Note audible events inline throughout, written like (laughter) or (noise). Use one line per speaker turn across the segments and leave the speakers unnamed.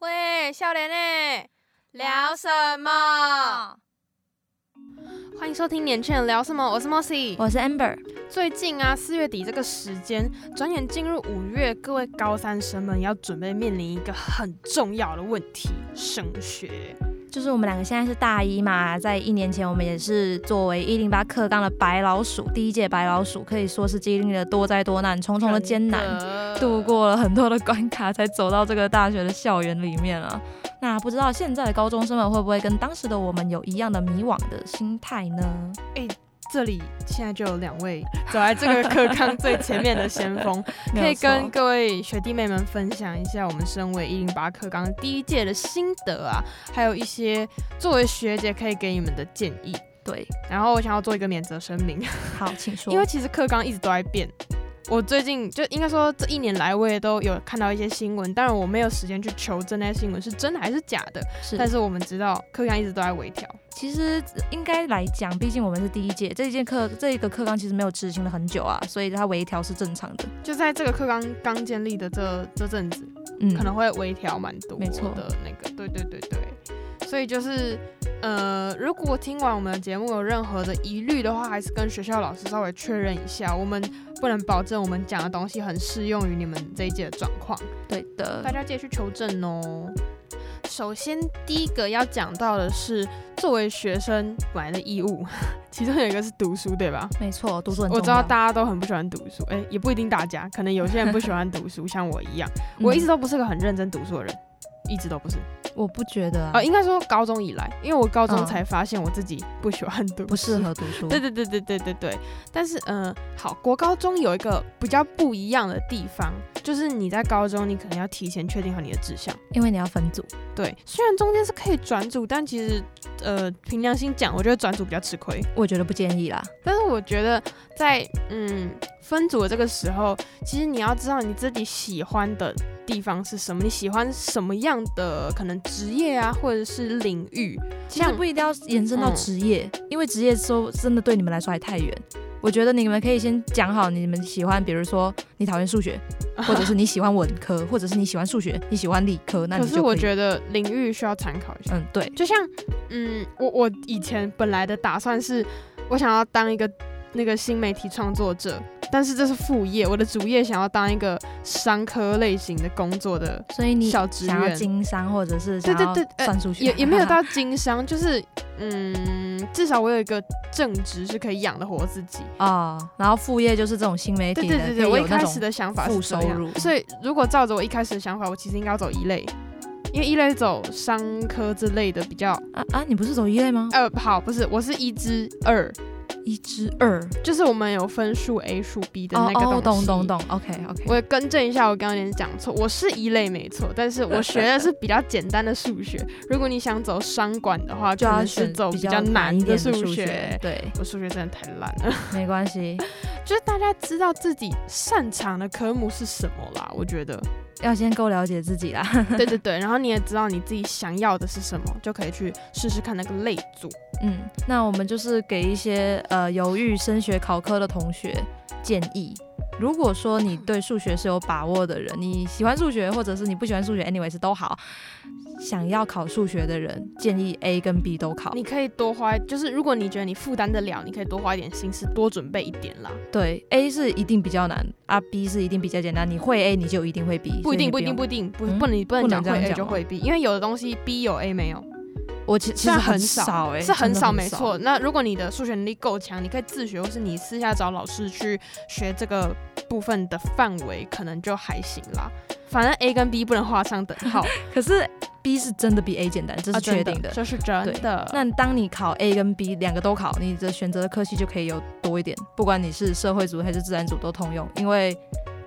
诶，少年诶，聊什么？欢迎收听《年轻人聊什么》，我是 Mossy。
我是 Amber，
最近啊，四月底这个时间，转眼进入五月，各位高三生们要准备面临一个很重要的问题——升学。
就是我们两个现在是大一嘛，在一年前我们也是作为一零八课纲的白老鼠，第一届白老鼠，可以说是经历了多灾多难、重重的艰难，
真的
度过了很多的关卡，才走到这个大学的校园里面啊。那不知道现在的高中生们会不会跟当时的我们有一样的迷惘的心态呢？
这里现在就有两位走在这个课纲最前面的先锋，可
没
以
有错
跟各位学弟妹们分享一下我们身为一零八课纲第一届的心得啊，还有一些作为学姐可以给你们的建议。
对，
然后我想要做一个免责声明，
好，请说。
因为其实课纲一直都在变。我最近就应该说这一年来，我也都有看到一些新闻，当然我没有时间去求证那些新闻是真的还是假的，
是
但是我们知道课纲一直都在微调。
其实应该来讲，毕竟我们是第一届，这一届课这一个课纲其实没有执行了很久啊，所以它微调是正常的。
就在这个课纲刚建立的这这阵子，
嗯，
可能会微调蛮多
没错
的那个，对对对对，所以就是呃，如果听完我们的节目有任何的疑虑的话，还是跟学校老师稍微确认一下，我们不能保证我们讲的东西很适用于你们这一届的状况，
对的
大。家记得去求证哦。首先，第一个要讲到的是作为学生本来的义务， (laughs) 其中有一个是读书，对吧？
没错，读书很重要。啊
我知道大家都很不喜欢读书，哎、也不一定大家，可能有些人不喜欢读书，像我一样。我一直
都、
都不是个很认真读书的人，一直都不是。
我不觉得、啊
呃，应该说高中以来，因为我高中
嗯
才发现我自己不喜欢读，
不适。合读书。
对对对对对对对。但是嗯、呃好，国高中有一个比较不一样的地方，就是你在高中你可能要提前确定好你的志向。
因为你要分组。
对，虽然中间是可以转组，但其实呃凭良心讲，我觉得转组比较吃亏。
我觉得不建议啦。
但是我觉得在嗯分组的这个时候，其实你要知道你自己喜欢的地方是什么，你喜欢什么样的可能职业啊，或者是领域。
其实
像
不一定要延伸到
嗯
职业，因为职业说真的对你们来说还太远。我觉得你们可以先讲好你们喜欢，比如说你讨厌数学，或者是你喜欢文科，或者是你喜欢数学，你喜欢理科，那你
可
就是
我
以
觉得领域需要参考一下。
嗯，对，
就像嗯，我我以前本来的打算是，我想要当一个那个新媒体创作者。但是这是副业，我的主业想要当一个商科类型的工作的，
所以你
小职
想要
员
经商或者是想
对
要
对呃
算数学，
也也没有到经商，就是嗯，至少我有一个正职是可以养得活自己。
啊、然后副业就是这种新媒
对
体
对
的，
对
可以
对，我一
有那
开
种
始的想法是
副
这
收
样
入
所以如果照着我一开始的想法，我其实应该要走一类，因为一类走商科之类的比较。
啊啊，你不是走一类吗？
呃，好，不是，我是一之二，
一之二
就是我们有分数 A 数 B 的
哦
那个东西。
哦，懂懂。懂，OK OK，
我也更正一下，我刚刚有点讲错，我是一类没错，但是我学的是比较简单的数学。如果你想走商管的话，
就
可
要
能是
选
走
比
较
难
难
一点
数
的学，对，
我数学真的太烂了， (laughs)
没关系，
就是大家知道自己擅长的科目是什么啦，我觉得，
要先够了解自己啦。 (laughs)
对对对，然后你也知道你自己想要的是什么，就可以去试试看那个类组。
嗯，那我们就是给一些呃犹豫升学考科的同学建议。如果说你对数学是有把握的人，你喜欢数学，或者是你不喜欢数学，anyways 都好，想要考数学的人，建议 A 跟 B 都考。
你可以多花，就是如果你觉得你负担得了，你可以多花一点心思，多准备一点啦，
对，A 是一定比较难啊，B 是一定比较简单。你会 A 你就一定会 B，
不一定，不
所
一定，
以你用
不。一定，不
嗯
不能你不能
不
讲
能这
会
样
A
讲
就
吗
会 B，因为有的东西 B 有 A 没有，
我其其
虽
实
然啊很
少哎、
是很
真的
少，没
少
错。。那如果你的数学能力够强，你可以自学，或是你私下找老师去学这个部分的范围，可能就还行啦。反正 A 跟 B 不能画上等号，
可是 B 是真的比 A 简单， (laughs) 这是
啊真
确定的。
这是真
对
的。
那当你考 A 跟 B 两个都考，你的选择的科系就可以有多一点，不管你是社会组还是自然组都通用，因为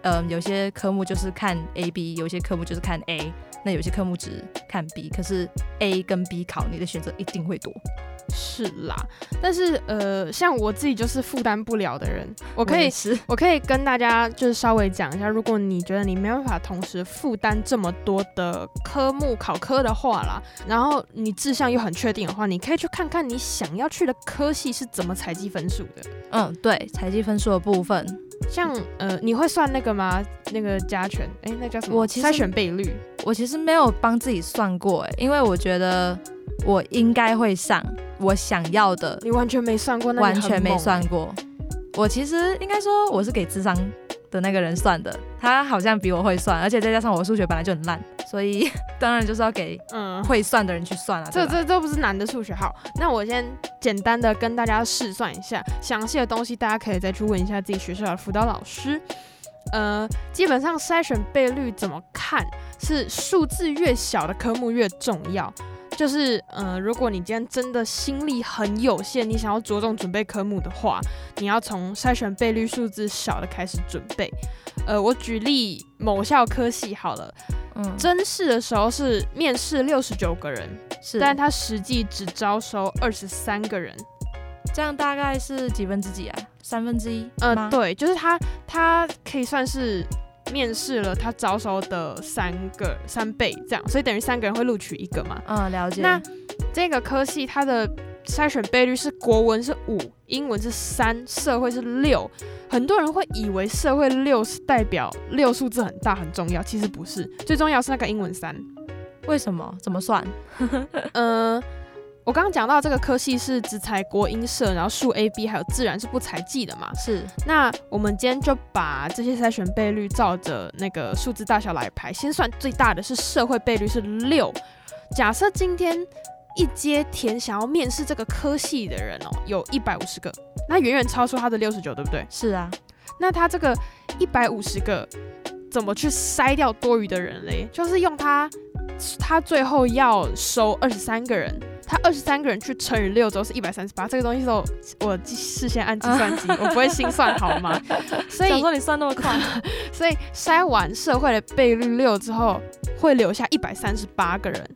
嗯、有些科目就是看 A B，有些科目就是看 A，那有些科目只看 B，可是 A 跟 B 考你的选择一定会多。
是啦，但是呃，像我自己就是负担不了的人，我
我
可以
也。是
我可以跟大家就是稍微讲一下，如果你觉得你没办法同时负担这么多的科目考科的话啦，然后你志向又很确定的话，你可以去看看你想要去的科系是怎么采集分数的。
嗯对，采集分数的部分，
像呃，你会算那个吗？那个加权，哎、那叫什么？
我其实
筛选倍率。
我其实没有帮自己算过、欸，因为我觉得我应该会上我想要的，
你完全没算过，那你
完
很
全没
猛欸
算过。我其实应该说我是给智商的那个人算的，他好像比我会算，而且再加上我数学本来就很烂，所以 (laughs) 当然就是要给
嗯。
会算的人去算啊。
这
对吧
这这不是难的数学好，那我先简单的跟大家试算一下，详细的东西大家可以再去问一下自己学校的辅导老师。呃，基本上筛选倍率怎么看？是数字越小的科目越重要。就是，呃，如果你今天真的心力很有限，你想要着重准备科目的话，你要从筛选倍率数字小的开始准备。呃，我举例某校科系好了，
嗯，
真试的时候是面试六十九个人，
是，
但
但
他实际只招收二十三个人。
这样大概是几分之几啊？三分之一？
呃
吗，，
对，就是他，他可以算是面试了他招收的三个三倍这样，所以等于三个人会录取一个嘛。
嗯，了解。
那这个科系它的筛选倍率是国文是五，英文是三，社会是六。很多人会以为社会六是代表六数字很大很重要，其实不是，最重要是那个英文三。
为什么？怎么算？
嗯，我刚刚讲到这个科系是只采国英社，然后数 A B 还有自然是不采计的嘛。
是，
那我们今天就把这些筛选倍率照着那个数字大小来排，先算最大的是社会倍率是六。假设今天一阶填想要面试这个科系的人哦，有一百五十个，那远远超出他的六十九，对不对？
是啊，
那他这个一百五十个怎么去筛掉多余的人嘞？就是用他他最后要收二十三个人，他二十三个人去乘以六之后是一百三十八，这个东西是我我事先按计算机，我不会心算好吗？所
想
以 (laughs)
说你算那么快，
所以筛完社会的倍率六之后，会留下一百三十八个人。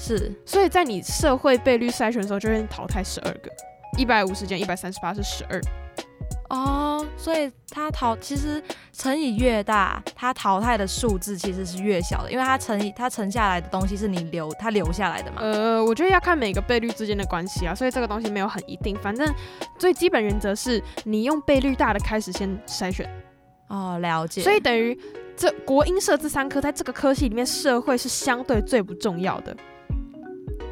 是
所以在你社会倍率筛选的时候，就会淘汰十二个，一百五十减一百三十八是十二。
哦，所以它淘其实乘以越大，它淘汰的数字其实是越小的，因为它乘以它乘下来的东西是你留它留下来的嘛。
呃，我觉得要看每个倍率之间的关系啊，所以这个东西没有很一定。反正最基本原则是你用倍率大的开始先筛选，
哦，了解。
所以等于这国英社这三科在这个科系里面，社会是相对最不重要的。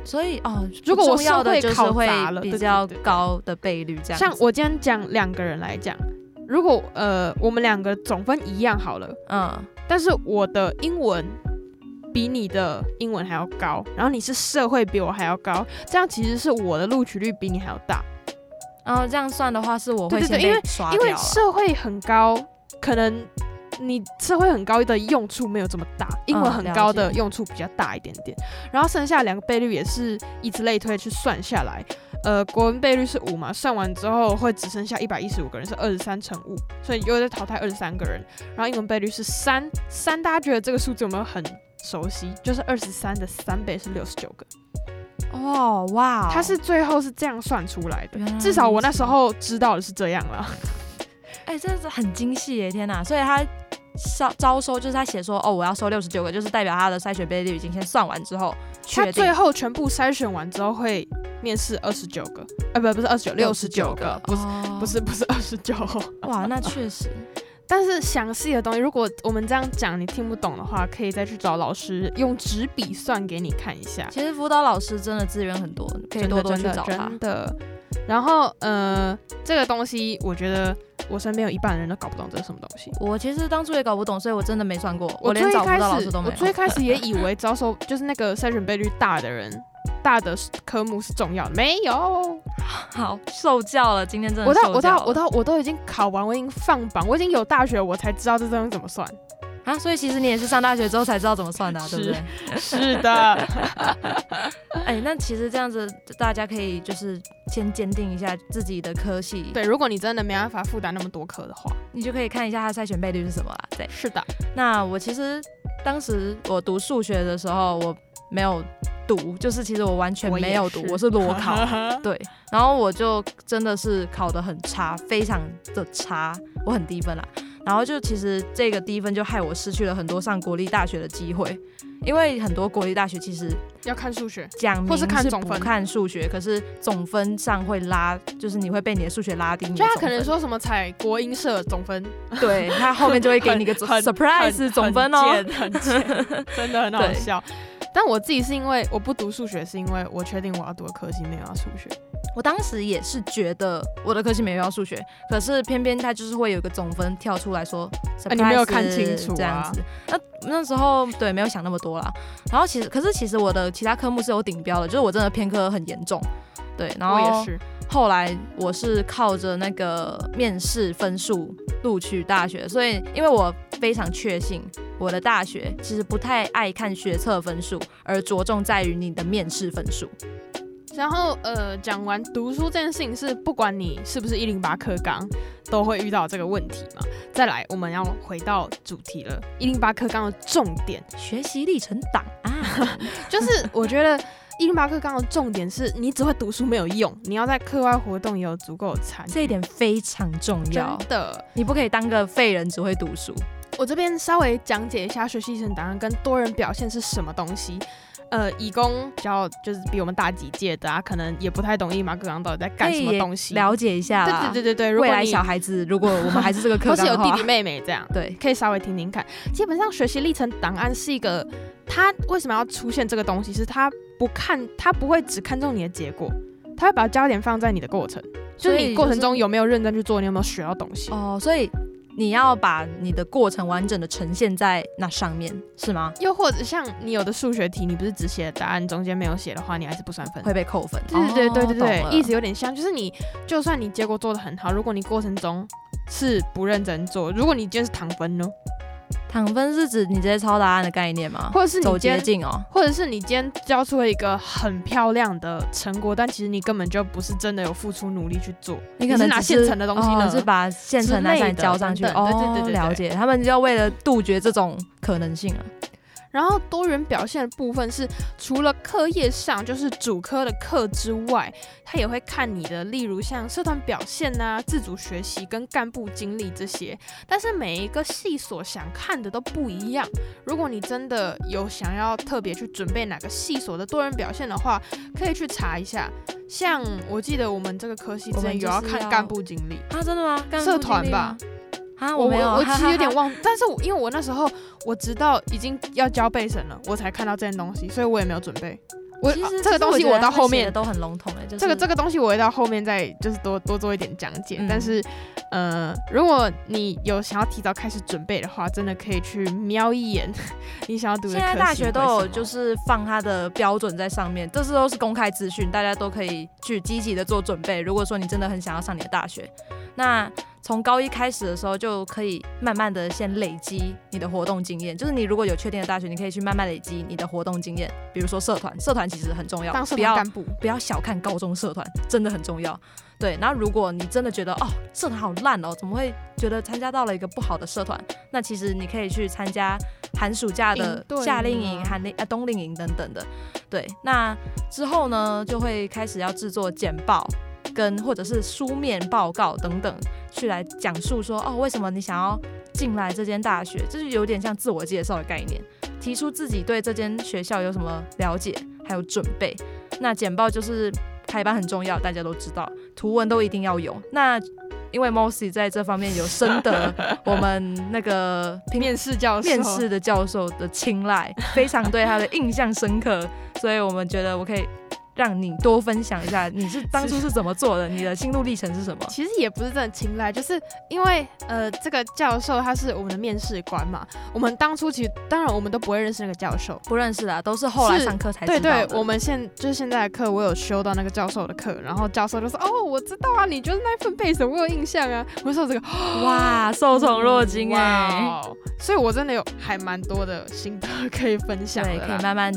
所以哦，
如果我
重要
社
的
会
就是
考
会
砸了
比
对
较
对对对
高的倍率这样子。
像我今天讲两个人来讲，如果呃我们两个总分一样好了，
嗯，
但是我的英文比你的英文还要高，然后你是社会比我还要高，这样其实是我的录取率比你还要大。
然后这样算的话，是我会
对对
先
对
被刷
因
掉啊
为
了。
社会很高，可能你社会很高的用处没有这么大，英
嗯
文很高的用处比较大一点点。然后剩下两个倍率也是以此类推去算下来，呃，国文倍率是五嘛，算完之后会只剩下一百一十五个人，是二十三乘五，所以又在淘汰二十三个人。然后英文倍率是三，三大家觉得这个数字有没有很？熟悉就是二十三的三倍是六十九个，
哦，哇哦，
它是最后是这样算出来的
原来如，此
至少我那时候知道的是这样了。
哎，真的是很精细耶！天哪，所以他招招收就是他写说哦，我要收六十九个，就是代表他的筛选倍率已经先算完之后确
他
定。
最后全部筛选完之后会面试二十九个，呃，不，不是二十九，六十九个，不是，
哦
不是，不是 (laughs) 二十九。
哇，那确实，
但是详细的东西，如果我们这样讲你听不懂的话，可以再去找老师用纸笔算给你看一下，
其实辅导老师真的资源很多，可以
真
多
的
多
真
去
的
找他
真。的。然后，呃，这个东西我觉得我身边有一半的人都搞不懂这是什么东西。
我其实当初也搞不懂，所以我真的没算过，我
最
连找辅
开
导老
始
师都，没
我
有。
最开始
(laughs)
也以为招收就是那个筛选倍率大的人，大的科目是重要的，没有。
(laughs) 好受教了，今天真的
我到
受
我
教
到
了
我到我都已经考完，我已经放榜，我已经有大学，我才知道这东西怎么
(laughs)
算。
啊！所以其实你也是上大学之后才知道怎么算的、啊，对不
是 (laughs)
对？
是的，
哎，那其实这样子，大家可以就是先坚定一下自己的科系，
对，如果你真的没办法负担那么多科的话，
你就可以看一下它的筛选倍率是什么啦。对，
是的，
那我其实当时我读数学的时候，我没有读，就是其实我完全
我也
没有读，
是
我是裸考。 (laughs) 对，然后我就真的是考得很差，非常的差，我很低分啦。然后就其实这个低分就害我失去了很多上国立大学的机会，因为很多国立大学其实
(laughs) 要看数学，
讲
或
明
是看
是
总
不
分
看数学，可是总分上会拉，就是你会被你的数学拉低你的
就
总
他
分。
可能说什么采国英社总
(laughs)
分
对，他后面就会给你一个
(laughs) 很很
surprise
很
总分哦
很。贱，很贱
(laughs)
真的很好
对
笑。但我自己是因为我不读数学，是因为我确定我要读的科系没有要数学。
我当时也是觉得我的科系没有要数学，可是偏偏它就是会有一个总分跳出来说 surprise，、
啊你没有看清楚啊
这样子。那那时候对没有想那么多啦。然后其实可是其实我的其他科目是有顶标的，就是我真的偏科很严重。对，然后
我也是，
后来我是靠着那个面试分数录取大学，所以因为我非常确信我的大学其实不太爱看学测分数，而着重在于你的面试分数。
然后呃，讲完读书这件事情是，不管你是不是一零八课纲，都会遇到这个问题嘛。再来，我们要回到主题了，一零八课纲的重点
学习历程档啊，
就是我觉得一零八课纲的重点是你只会读书没有用，你要在课外活动也有足够的参与。
这一点非常重
真
要，
的，
你不可以当个废人只会读书。
我这边稍微讲解一下学习历程档案跟多人表现是什么东西。呃，义工比较就是比我们大几届的啊，可能也不太懂一零八课纲到底在干什么东西。
了解一下啦
对对对对对，如
啊未
果
来
你
小孩子，如果我们还是这
(laughs)
个
或
课
是
纲
有
的
弟
话
弟，妹妹这样，
对，
可以稍微听听看。基本上学习历程档案是一个，它为什么要出现这个东西？是它不看，它不会只看重你的结果，它会把焦点放在你的过程，就是
所以
你过程
是
中有没有认真去做，你有没有学到东西。
哦，所以你要把你的过程完整的呈现在那上面，是吗？
又或者像你有的数学题，你不是只写答案，中间没有写的话，你还是不算分。
会被扣分。
对对对对对，
哦
意思有点像，就是你就算你结果做的很好，如果你过程中是不认真做，如果你今天是糖分呢，
躺分是指你直接抄答案的概念吗？
或者是你
走
今
捷
天
径哦。
或者是你今天交出了一个很漂亮的成果，但其实你根本就不是真的有付出努力去做，
你可能
是拿
只
现成的东西呢
哦是把现成拿上来交上去。
之类的等等对对对对
哦
对
了解。他们要为了杜绝这种可能性啊。
然后多元表现的部分是，除了课业上就是主科的课之外，他也会看你的，例如像社团表现啊、自主学习跟干部经历这些。但是每一个系所想看的都不一样。如果你真的有想要特别去准备哪个系所的多元表现的话，可以去查一下。像我记得我们这个科系之
我们
前
就
有
是
要
要
看干部经历。
啊，真的吗？干部
社团
经历吗？啊，
我
没有，
我其实有点
(laughs) 哈哈哈
忘，但是我因为我那时候我直到已经要交备审了，我才看到这件东西，所以我也没有准备。我、
其
啊
实
这个东西
其实我
我到后面，
觉得他们写的都很笼统哎，就是
这个这个东西我会到后面再就是多多做一点讲解。
嗯
但是，呃，如果你有想要提早开始准备的话，真的可以去瞄一眼 (laughs) 你想要读的
现在
科
大
系
学
会
都
什
有
么
就是放它的标准在上面，这是都是公开资讯，大家都可以去积极的做准备。如果说你真的很想要上你的大学，那从高一开始的时候就可以慢慢的先累积你的活动经验。就是你如果有确定的大学，你可以去慢慢累积你的活动经验，比如说社团，社团其实很重要，
当社
不
团
要
干部，
不要小看高中社团，真的很重要。对，然后如果你真的觉得哦，社团好烂哦，怎么会觉得参加到了一个不好的社团？那其实你可以去参加寒暑假
营
的
队
夏令
吗
营、寒令啊冬令营等等的。对，那之后呢，就会开始要制作简报跟或者是书面报告等等，去来讲述说哦，为什么你想要进来这间大学，这就有点像自我介绍的概念，提出自己对这间学校有什么了解，还有准备。那简报就是排版很重要，大家都知道，图文都一定要有。那因为 Mossy 在这方面有深得我们那个评
面试教授
面试的教授的青睐，非常对他的印象深刻，所以我们觉得我可以让你多分享一下，你是当初是怎么做的，你的心路历程是什么？
其实也不是真的青睐，就是因为呃，这个教授他是我们的面试官嘛。我们当初其实当然我们都不会认识那个教授，
不认识啊，都是后来
是
上课才知
对
道
对
的，
我们现就是现在的课，我有修到那个教授的课，然后教授就说：“哦，我知道啊，你就是那份背审，我有印象啊。”我说：“这个
哇，受宠若惊哎、
哇哦所以我真的有还蛮多的心得可以分享
对，
的
可
啦
以。慢慢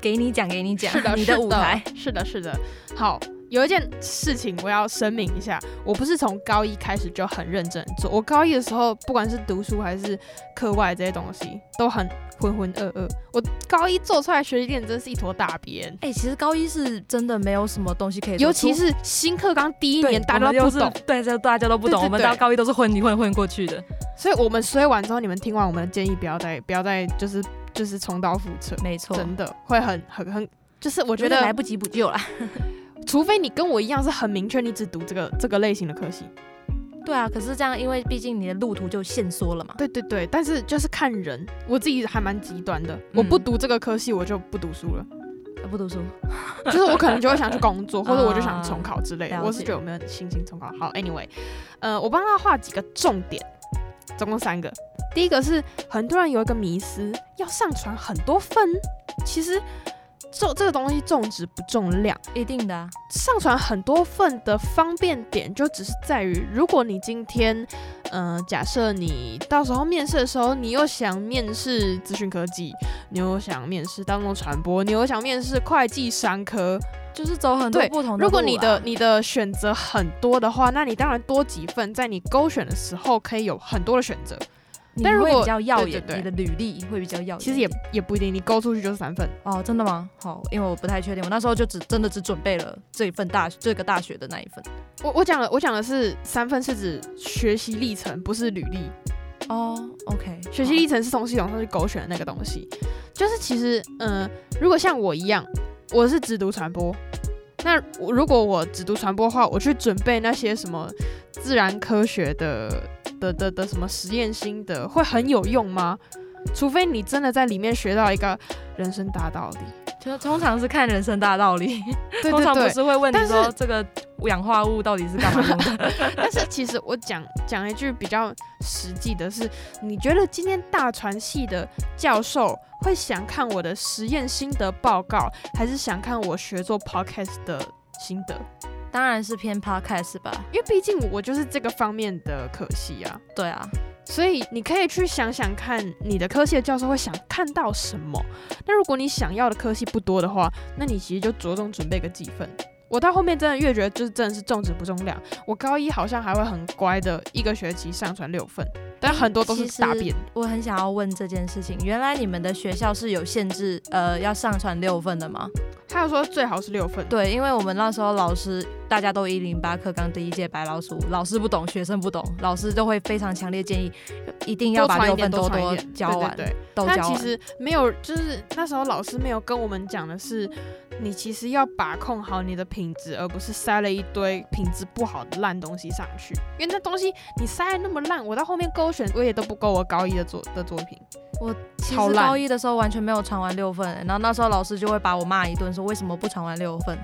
给你讲，给你讲
是的，
你
是
舞台。
是的，是的。好，有一件事情我要声明一下，我不是从高一开始就很认真做，我高一的时候，不管是读书还是课外这些东西，都很浑浑噩噩。我高一做出来学习历程真是一坨大便，
哎、其实高一是真的没有什么东西可以做，
尤其
除
是新课纲第一
对
年，大家
我
都不
们就
懂
是，对，这大家都不
对
懂，
对
我们
对
到高一都是混一混混过去的，
所以我们衰完之后，你们听完我们的建议，不要再不要再就是就是重蹈覆辙，
没错，
真的会很很很，就是我
我
觉
觉得来
得，
不及补救啦。
除非你跟我一样是很明确，你只读这个这个类型的科系。
对啊，可是这样，因为毕竟你的路途就限缩了嘛。
对对对，但是就是看人，我自己还蛮极端的，我
嗯
不读这个科系，我就不读书了，
呃不读书，
就是我可能就会想去工作，或者我就想
啊
重考之类的。
了
我是
解
觉得我没有信心重考。好，anyway，呃，我帮他画几个重点，总共三个。第一个是很多人有一个迷思，要上传很多分，其实重这个东西重质不重量。
一定的、啊。
上传很多份的方便点，就只是在于，如果你今天，呃，假设你到时候面试的时候，你又想面试资讯科技，你又想面试大众传播，你又想面试会计商科，
就是走很多
对
不同的路啊、
如果你的你的选择很多的话，那你当然多几份，在你勾选的时候可以有很多的选择。
你
但如
会
果
比较耀
对
眼，
对对
你的履历会比较耀眼一点。
其实也也不一定，你勾出去就是三份。
哦，真的吗？好，因为我不太确定，我那时候就只真的只准备了这一份大这个大学的那一份。
我我讲的我讲的是三份是指学习历程，不是履历。
哦，OK，
学习历程是从系统上去勾选的那个东西。就是其实，嗯、如果像我一样，我是只读传播，那我如果我只读传播的话，我去准备那些什么自然科学的的的的什么实验性的，会很有用吗？除非你真的在里面学到一个人生大道理，
好就通常是看人生大道理， (laughs)
对
通
对
常不
对。
是会问
但
你
是
说这个氧化物到底是干嘛用
(laughs)
的？
但是其实我讲讲一句比较实际的是，你觉得今天大传系的教授会想看我的实验心得报告，还是想看我学做 podcast 的心得？
当然是偏 podcast 吧，
因为毕竟我就是这个方面的可惜啊，
对啊，
所以你可以去想想看，你的科系的教授会想看到什么。那如果你想要的科系不多的话，那你其实就着重准备个几份。我到后面真的越觉得，就是真的是重质不重量。我高一好像还会很乖的，一个学期上传六份，但很多都是
其实
大便。
我很想要问这件事情，原来你们的学校是有限制，呃，要上传六份的吗？
他有说最好是六份，
对，因为我们那时候老师大家都一零八课纲第一届白老鼠，老师不懂，学生不懂，老师都会非常强烈建议，一定要
多
把
传一
六
点，
份
多
多
传一
多
点，
交完，
对对对。
都
但
交
其
完。
实没有，就是那时候老师没有跟我们讲的是，你其实要把控好你的品质，而不是塞了一堆品质不好的烂东西上去。因为那东西你塞的那么烂，我到后面勾选我也都不够我高一的作的作品。
其
超
实
烂
高一的时候完全没有传完六份、欸然后那时候老师就会把我骂一顿，说为什么不传完六份？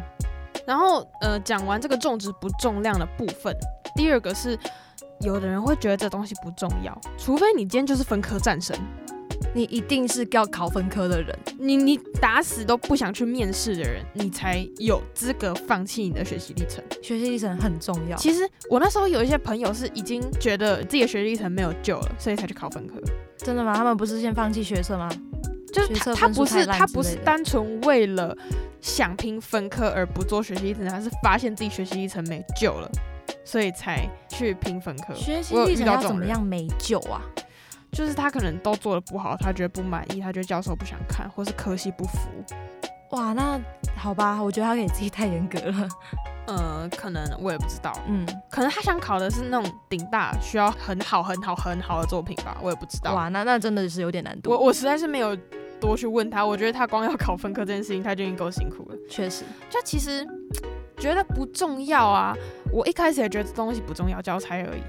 然后呃，讲完这个重质不重量的部分，第二个是。有的人会觉得这东西不重要，除非你今天就是分科战神，
你一定是要考分科的人，
你你打死都不想去面试的人，你才有资格放弃你的学习历程。
学习历程很重要。
其实我那时候有一些朋友是已经觉得自己的学历程没有救了，所以才去考分科。
真的吗？他们不是先放弃学测吗？
就是
学
他
测
他
分数
不
太
是
烂
他
之
不
类
是
的
单纯为了想拼分科而不做学习历程，他是发现自己学习历程没救了，所以才去拼分科。
学习
我有
历
遇
程
到
要
这种
怎么
人
样没救啊？
就是他可能都做的不好，他觉得不满意，他觉得教授不想看，或是科系不服。
哇，那好吧，我觉得他给自己太严格了。
呃，可能我也不知道，
嗯，
可能他想考的是那种顶大，需要很好、很好、很好的作品吧，我也不知道。
哇，那那真的是有点难度。
我我实在是没有多去问他，我觉得他光要考分科这件事情，他就已经够辛苦了。
确实，
就其实觉得不重要啊，我一开始也觉得这东西不重要，交差而已。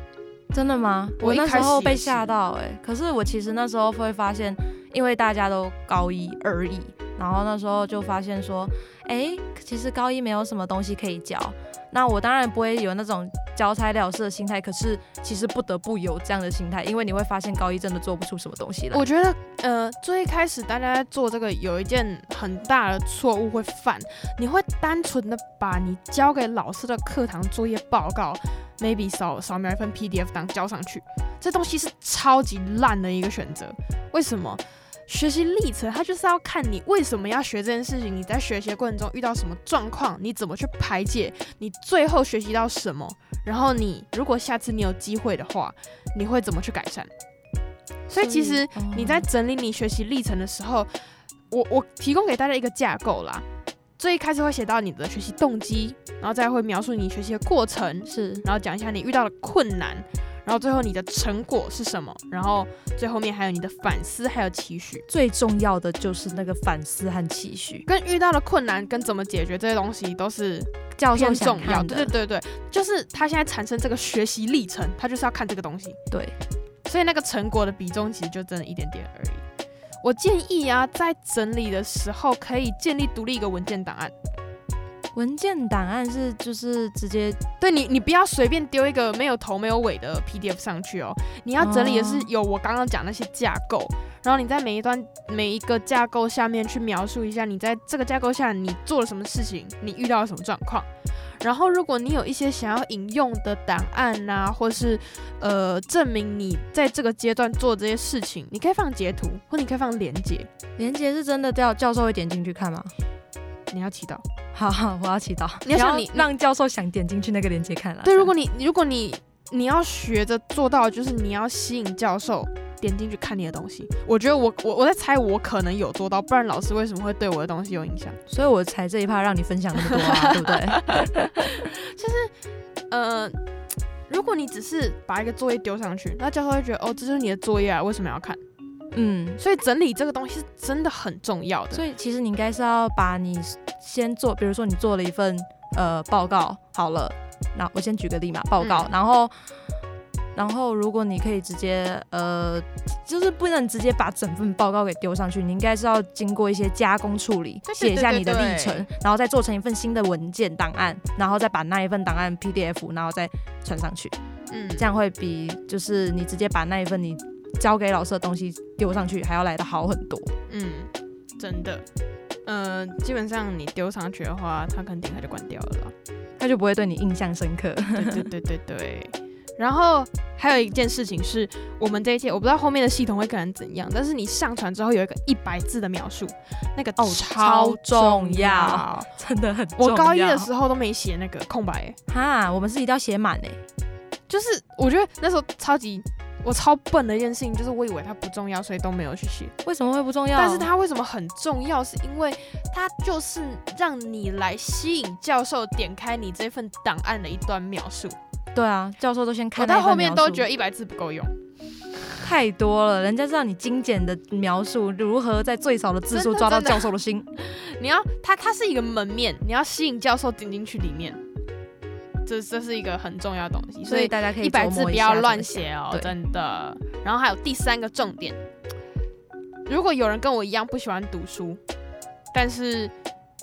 真的吗？
我
我
一
那
开
时
始
候
也
被
是
吓到哎、可是我其实那时候会发现，因为大家都高一而已，然后那时候就发现说，哎、其实高一没有什么东西可以教。那我当然不会有那种交差了事的心态，可是其实不得不有这样的心态，因为你会发现高一真的做不出什么东西来。
我觉得，呃，最一开始大家在做这个有一件很大的错误会犯，你会单纯的把你交给老师的课堂作业报告，maybe 扫扫描一份 PDF 档交上去，这东西是超级烂的一个选择。为什么？学习历程，它就是要看你为什么要学这件事情，你在学习的过程中遇到什么状况，你怎么去排解，你最后学习到什么，然后你如果下次你有机会的话，你会怎么去改善？所以其实
嗯
你在整理你学习历程的时候，我我提供给大家一个架构啦。最一开始会写到你的学习动机，然后再会描述你学习的过程，
是
然后讲一下你遇到的困难，然后最后你的成果是什么，然后最后面还有你的反思，还有期许，
最重要的就是那个反思和期许。
跟遇到的困难跟怎么解决这些东西都是
教授
偏
想
重要。
看的，
对对对，就是他现在产生这个学习历程，他就是要看这个东西，
对
所以那个成果的比重其实就真的一点点而已。我建议啊，在整理的时候可以建立独立一个文件档案。
文件档案是就是直接
对你，你不要随便丢一个没有头没有尾的 PDF 上去哦。你要整理的是
哦
有我刚刚讲那些架构，然后你在每一段每一个架构下面去描述一下你在这个架构下你做了什么事情，你遇到了什么状况。然后，如果你有一些想要引用的档案呐、或是呃证明你在这个阶段做这些事情，你可以放截图，或你可以放连接。
连接是真的叫教授会点进去看吗？
你要祈祷。
好，好我要祈祷。
你要想
然后
你
让教授想点进去那个链接看了。
对，如果
你
你如果你你要学着做到，就是你要吸引教授点进去看你的东西。我觉得我我我在猜，我可能有做到，不然老师为什么会对我的东西有影响？
所以我才这一趴让你分享那么多 (laughs) 啊，对不对？
呃，如果你只是把一个作业丢上去，那教授会觉得哦，这就是你的作业啊，为什么要看？
嗯，
所以整理这个东西是真的很重要的。
所以其实你应该是要把你先做，比如说你做了一份呃报告，好了，那我先举个例嘛，报告，
嗯
然后。然后，如果你可以直接，呃，就是不能直接把整份报告给丢上去，你应该是要经过一些加工处理，
对对
写一下你的
对对
历程，然后再做成一份新的文件档案，然后再把那一份档案 PDF，然后再传上去，
嗯，
这样会比就是你直接把那一份你交给老师的东西丢上去还要来得好很多。
嗯，真的。呃，基本上你丢上去的话，他肯定他就关掉了啦。
他就不会对你印象深刻。 (laughs)
对对对对。然后还有一件事情是，我们这一届我不知道后面的系统会可能怎样，但是你上传之后有一个一百字的描述，那个
哦
超
超重
要。
要真的很重要。
我高一的时候都没写那个空白，
哈，我们是一定要写满诶。欸
就是我觉得那时候超级我超笨的一件事情，就是我以为它不重要，所以都没有去写。
为什么会不重要？
但是它为什么很重要？是因为它就是让你来吸引教授点开你这份档案的一段描述。
对啊，教授都先
我
看
到
那一份描述，
后面都觉得一百字不够用。
太多了，人家知道你精简的描述如何在最少的字
真
数
的
抓到
真的
教授的心。
你要它它是一个门面，你要吸引教授点进去里面，这这是一个很重要的东西，所
所以
以
大家可以
一百
琢
字
磨
不
一下
要
怎么
乱
写。
写哦，
对
真的。然后还有第三个重点，如果有人跟我一样不喜欢读书，但是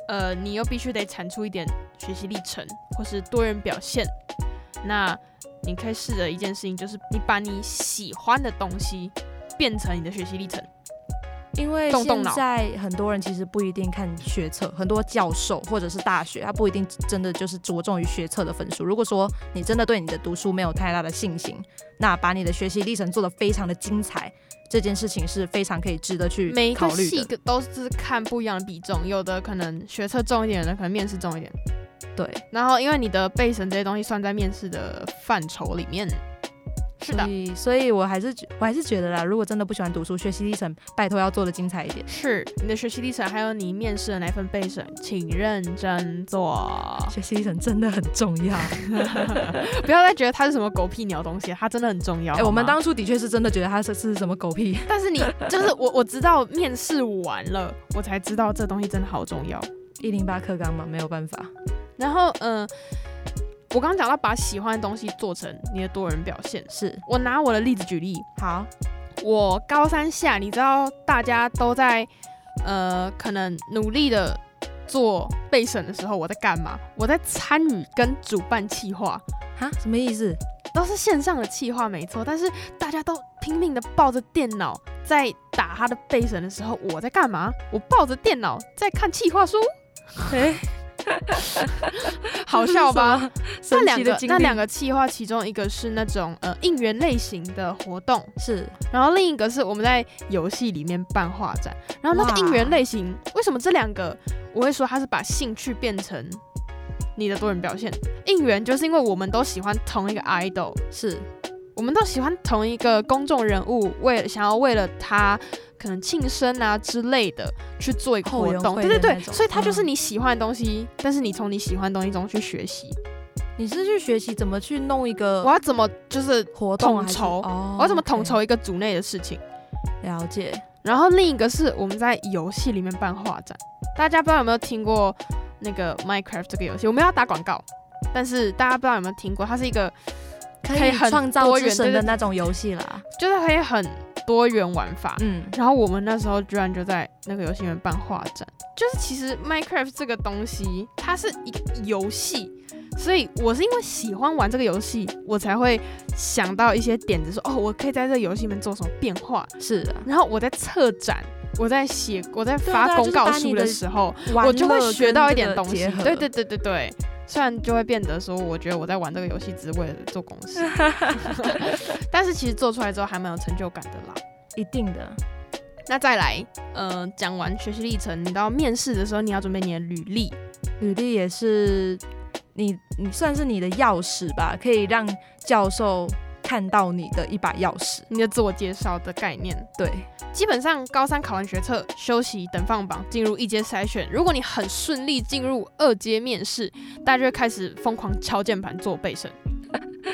呃，你又必须得产出一点学习历程或是多元表现，那你可以试着一件事情，就是你把你喜欢的东西变成你的学习历程。
因为
动动
现
脑
在很多人其实不一定看学测，很多教授或者是大学，他不一定真的就是着重于学测的分数。如果说你真的对你的读书没有太大的信心，那把你的学习历程做得非常的精彩，这件事情是非常可以值得去
每一
考
个
虑
系
的。
个都是看不一样的比重，有的可能学测重一点，有的可能面试重一点。
对，
然后因为你的备审这些东西算在面试的范畴里面。是
所
的，
以所以我还是觉我还是觉得啦，如果真的不喜欢读书，学习历程拜托要做的精彩一点。
是你的学习历程，还有你面试的那份备审，请认真 (laughs) 做，
学习历程真的很重要。
不要再觉得它是什么狗屁鸟东西，它真的很重要。
哎、
好
我们
吗
当初的确是真的觉得他是是什么狗屁。
但 (laughs) 是你就是我，我直到面试完了，我才知道这东西真的好重要。
一零八课纲嘛，没有办法。
然后，嗯、我刚刚讲到把喜欢的东西做成你的多人表现，
是，
我拿我的例子举例，
好，
我高三下，你知道大家都在呃，可能努力的做备审的时候，我在干嘛？我在参与跟主办企划，
哈，什么意思？
都是线上的企划没错，但是大家都拼命的抱着电脑在打他的备审的时候，我在干嘛？我抱着电脑在看企划书，
哎、
好笑吧？那
神
两
奇的
个
经历
那两个企划，其中一个是那种呃应援类型的活动，
是
然后另一个是我们在游戏里面办画展，然后那个
哇
应援类型，为什么这两个我会说它是把兴趣变成你的多人表现？应援就是因为我们都喜欢同一个 idol，
是，
我们都喜欢同一个公众人物，为想要为了他可能庆生啊之类的去做一个活动，
后
对
援会
对
的
对
那，种
所以他就是
嗯
你喜欢的东西，但是你从你喜欢的东西中去学习。
你是去学习怎么去弄一
我
个
要怎么就是
活动
统
还是
筹
嗯哦
我要怎么统
OK，
筹一个组内的事情？
了解，
然后另一个是我们在游戏里面办画展，大家不知道有没有听过那个 Minecraft 这个游戏？我们要打广告，但是大家不知道有没有听过，它是一个可
可
以
以
很
创造
多元
之神
对对
的那种游戏啦。
就是可以很多元玩法。
嗯，
然后我们那时候居然就在那个游戏里面办画展，就是其实 Minecraft 这个东西它是一游戏，所以我是因为喜欢玩这个游戏，我才会想到一些点子说，哦，我可以在这个游戏里面做什么变化。
是啊，
然后我在策展，我在写，我在
对
发
啊对啊
公告
就是把
书
你的
的时候，
玩
我就会
乐
学
跟
到一
这
点
个
东西
结。合
对对对对对，虽然就会变得说，我觉得我在玩这个游戏只是为了做公
(laughs)
司，但是其实做出来之后还蛮有成就感的啦。
一定的，
那再来，呃，讲完学习历程，你到面试的时候，你要准备你的履历。
履历也是你你算是你的钥匙吧，可以让教授看到你的一把钥匙。
你的自我介绍的概念，
对，
基本上高三考完学测、休息等放榜，进入一阶筛选。如果你很顺利进入二阶面试，大家就会开始疯狂敲键盘做背
(laughs)
身。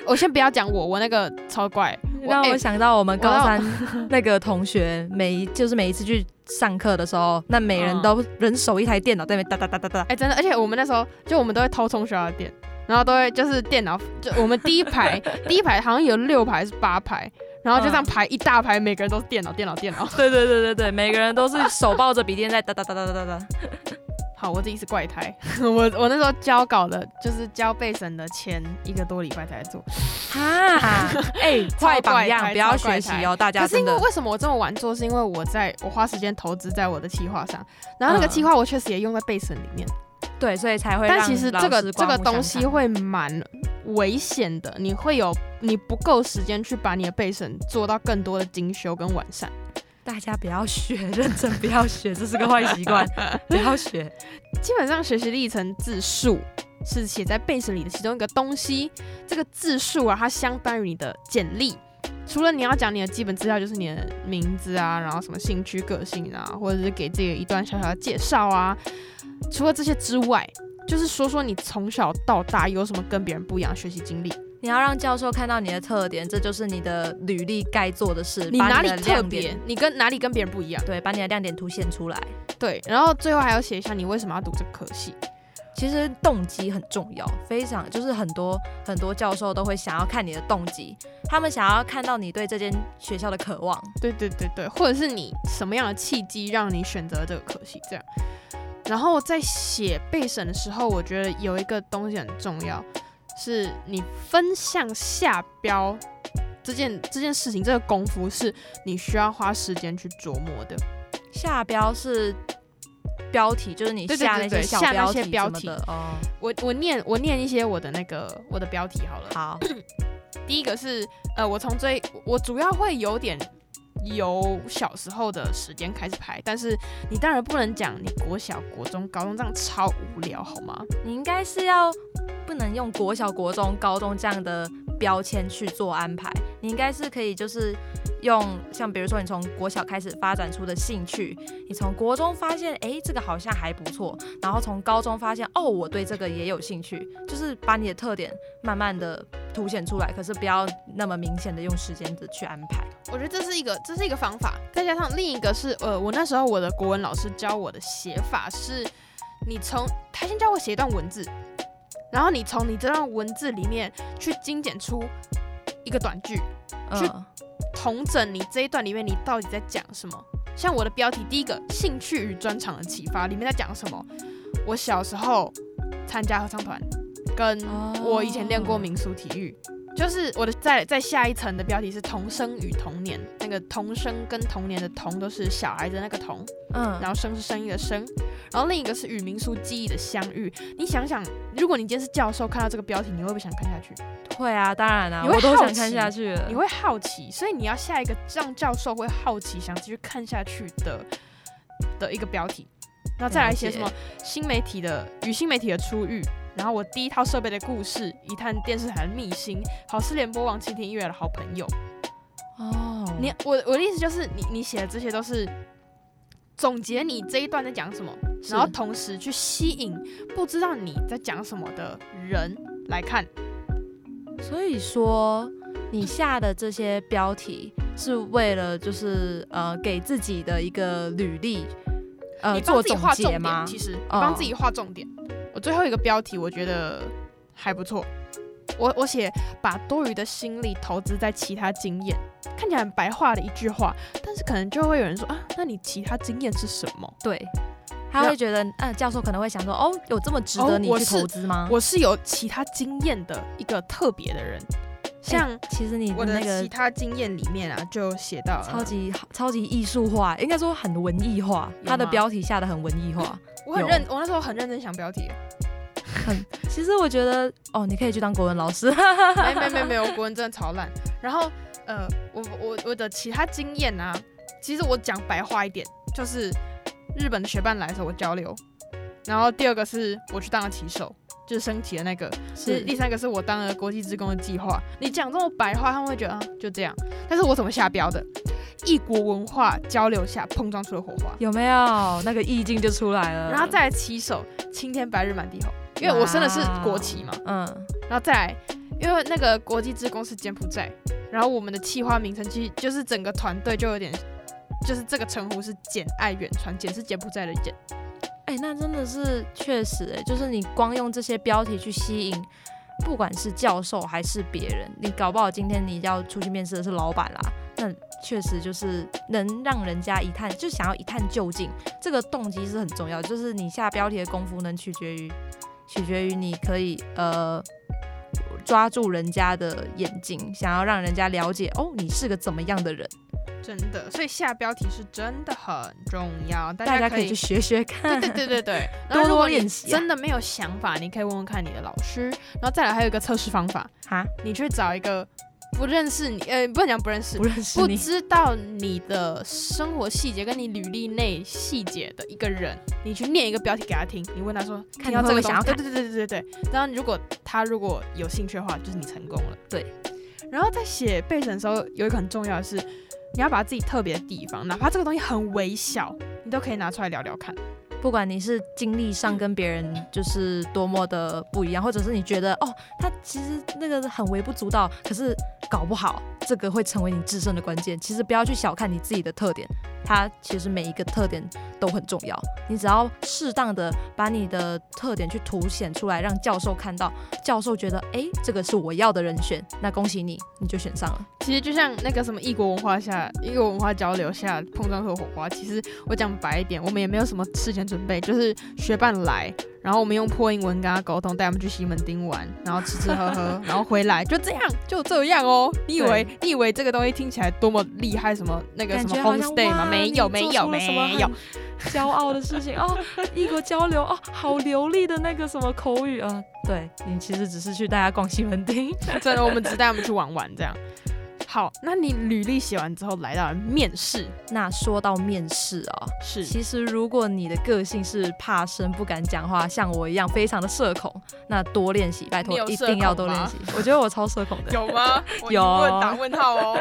我先不要讲我，我那个超怪，我
让
哎
我想到我们
我
高
要
三 (laughs) 那个同学，每一就是每一次去上课的时候，那每人
嗯
都人手一台电脑在那边哒哒哒哒哒
哎、，真的，而且我们那时候就我们都会偷冲学校的电，然后都会就是电脑， (laughs) 就我们第一排第一排好像有六排还是八排，然后就这样
嗯
排一大排，每个人都是电脑电脑电脑。
对对对对对，每个人都是手抱着笔电在哒哒哒哒哒哒哒。
好，我自己是怪胎， (laughs) 我我那时候交稿的，就是交备审的前一个多礼拜才做。
哈， (laughs) 哎，坏榜
超怪
样，
胎
不要学习哦，大家
可是
真
因为
的。
为什么我这么晚做，是因为我在我花时间投资在我的企划上，然后那个
嗯
企划我确实也用在备审里面，
对，所以才会让
但其实这
老
个
师
这
刮
个
目
东
相
西
看
会蛮危险的，你会有你不够时间去把你的备审做到更多的精修跟完善。
大家不要学， (laughs) 认真不要学，这是个坏习 (laughs) 惯，不要学。
基本上学习历程字数是写在备审里的其中一个东西，这个字数啊，它相当于你的简历。除了你要讲你的基本资料，就是你的名字啊，然后什么兴趣、个性啊，或者是给自己一段小小的介绍啊。除了这些之外，就是说说你从小到大有什么跟别人不一样的学习经历，
你要让教授看到你的特点，这就是你的履历该做的事。
你
把
哪里
的
特
亮
别
点，，
你跟哪里跟别人不一样。
对，把你的亮点凸显出来。
对，然后最后还要写一下你为什么要读这科系。
其实动机很重要，非常就是很多很多教授都会想要看你的动机，他们想要看到你对这间学校的渴望。
对对对对，或者是你什么样的契机让你选择这个科系这样。然后在写备审的时候，我觉得有一个东西很重要，是你分项下标这件这件事情，这个功夫是你需要花时间去琢磨的。
下标是标题，就是你
对对
下
对
那
对
些小
下那
标
些
题
标
什么
题
的哦。
我我念我念一些我的那个我的标题好了。
好，
第一个是呃，我从追我主要会有点由小时候的时间开始排，但是你当然不能讲你国小、国中、高中这样超无聊好吗？
你应该是要不能用国小、国中、高中这样的标签去做安排，你应该是可以就是用像比如说你从国小开始发展出的兴趣，你从国中发现诶这个好像还不错，然后从高中发现哦我对这个也有兴趣，就是把你的特点慢慢的凸显出来，可是不要那么明显的用时间的去安排。
我觉得这是一个这是一个方法，再加上另一个是呃，我那时候我的国文老师教我的写法是，你从他先教我写一段文字，然后你从你这段文字里面去精简出一个短句，去
嗯，
统整你这一段里面你到底在讲什么。像我的标题第一个“兴趣与专长的启发”里面在讲什么？我小时候参加合唱团，跟
哦
我以前练过民俗体育。就是我的在在下一层的标题是“童生与童年”，那个童生跟童年的童都是小孩的那个童，
嗯
然后生是声音的生，然后另一个是与民俗记忆的相遇。你想想，如果你今天是教授，看到这个标题，你会不会想看下去？
会啊，当然啊，
你会
我都
好
想看
奇
下去了
你。会好奇，所以你要下一个让教授会好奇、想继续看下去的的一个标题，那再来写什么
了
新媒体的与新媒体的初遇，然后我第一套设备的故事，一探电视台的秘辛，好事联播网，倾听音乐的好朋友。
哦，
你我我的意思就是，你你写的这些都是总结你这一段在讲什么，
是
然后同时去吸引不知道你在讲什么的人来看。
所以说你下的这些标题是为了就是呃给自己的一个履历呃
你帮
做
自己
总
画重
结
点，
吗？哦
其实你帮自己画重点。我最后一个标题我觉得还不错，我我写把多余的心力投资在其他经验，看起来很白话的一句话，但是可能就会有人说啊，那你其他经验是什么？
对，他会觉得嗯、呃教授可能会想说哦有这么值得
哦
你
我
去
是
投资吗？
我是有其他经验的一个特别的人，像
其实你
我
那
的
个
其他经验里面啊，就写到
超级超级艺术化，应该说很文艺化，
有
它的
吗
标题下的很文艺化。
我很
有
认，我那时候很认真想标题，
其实我觉得哦，你可以去当国文老师，
没没没没有，我国文真的超烂。然后呃，我我我的其他经验啊，其实我讲白话一点，就是日本的学伴来的时候我交流，然后第二个是我去当了骑手，就是升旗的那个， (laughs) 是第三个是我当了国际职工的计划。你讲这么白话，他们会觉得啊就这样。但是我怎么下标的？异国文化交流下碰撞出了火花，
有没有那个意境就出来了？
然后再来骑手，青天白日满地红，因为我升的是国旗嘛。
嗯，
然后再来，因为那个国际职工是柬埔寨，然后我们的企划名称其实就是整个团队就有点，就是这个称呼是“简爱远传”，简是柬埔寨的简，
哎、那真的是确实、哎，就是你光用这些标题去吸引，不管是教授还是别人，你搞不好今天你要出去面试的是老板啦，那确实就是能让人家一探，就想要一探究竟，这个动机是很重要，就是你下标题的功夫能取决于， (laughs) 取决于你可以呃。抓住人家的眼睛，想要让人家了解哦，你是个怎么样的人，
真呃的，所以下标题是真的很重要，大
大
家
家
可
可以
以
去。 (laughs) 学学
(laughs)
看。
对对对对对，
多
然后如果
多
你
练习啊
真的没有想法，你可以问问看你的老师。然后再来还有一个测试方法，
哈，
你去找一个不认识你，呃，不能讲不认识
不，认识
不
你，
知道你的生活细节跟你履历内细节的一个人，你去念一个标题给他听，你问他说，
看
听到
你
这个
会不会想要
东西对对对对对对。然后如果他如果有兴趣的话，就是你成功了。
对。
然后在写备审的时候，有一个很重要的是，你要把自己特别的地方，哪怕这个东西很微小，你都可以拿出来聊聊看。
不管你是经历上跟别人就是多么的不一样，或者是你觉得哦，他其实那个很微不足道，可是搞不好这个会成为你制胜的关键。其实不要去小看你自己的特点，它其实每一个特点都很重要。你只要适当的把你的特点去凸显出来，让教授看到，教授觉得诶，这个是我要的人选，那恭喜你，你就选上了。
其实就像那个什么异国文化下，异国文化交流下碰撞出火花。其实我讲白一点，我们也没有什么事前准备，就是学伴来，然后我们用破英文跟他沟通，带我们去西门町玩，然后吃吃喝
(laughs)
喝，然后回来，就这样，就这样哦。你以为你以为这个东西听起来多么厉害？什么那个什
感
么
觉好像
homestay 吗？
哇
没
你
有，
做
没
出
有，
了什么
没有
很。骄傲的事情哦，异国交流哦，好流利的那个什么口语啊、呃对你其实只是去大家逛西门町，
真的，我们只带他们去玩玩这样。好，那你履历写完之后，来到了面试，
(laughs) 那说到面试啊、 (laughs)
是
其实如果你的个性是怕生不敢讲话，像我一样非常的社恐，那多练习，拜托
你有
一
社
定要
恐
多
吗
练习。我觉得我超社恐的，
有吗？我疑
有
问打问号
(laughs)
哦。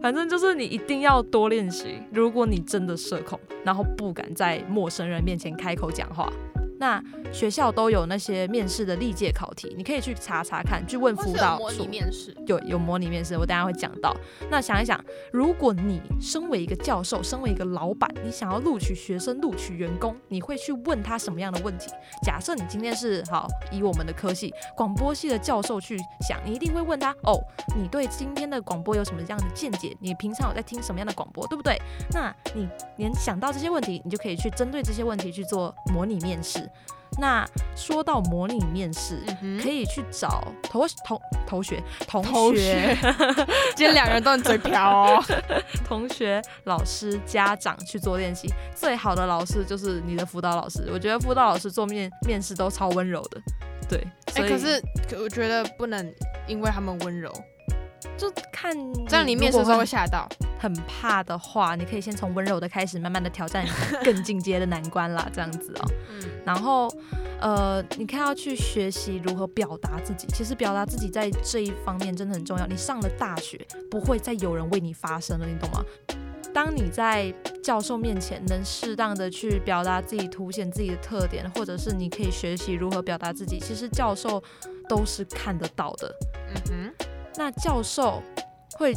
反正就是你一定要多练习。如果你真的社恐，然后不敢在陌生人面前开口讲话，那学校都有那些面试的历届考题，你可以去查查看，去问辅导
模拟
处。
面试，
有有模拟面试，我等一下会讲到。那想一想，如果你身为一个教授，身为一个老板，你想要录取学生、录取员工，你会去问他什么样的问题？假设你今天是好以我们的科系广播系的教授去想，你一定会问他哦，你对今天的广播有什么样的见解？你平常有在听什么样的广播，对不对？那你联想到这些问题，你就可以去针对这些问题去做模拟面试。那说到模拟面试，
嗯哼
可以去找同同同学、同
同
学、 (laughs)
学，今天两个人都很嘴瓢 (laughs) 哦。
同学、老师、家长去做练习。最好的老师就是你的辅导老师，我觉得辅导老师做面面试都超温柔的。对，
哎、
所以、嗯
可是可我觉得不能因为他们温柔，
就看你
这样你面试的时
如果
候
会
会吓到。
很怕的话，你可以先从温柔的开始，慢慢的挑战更进阶的难关啦，这样子哦。
嗯，
然后，呃，你看要去学习如何表达自己。其实表达自己在这一方面真的很重要。你上了大学，不会再有人为你发声了，你懂吗？当你在教授面前能适当的去表达自己，凸显自己的特点，或者是你可以学习如何表达自己，其实教授都是看得到的。
嗯哼，
那教授会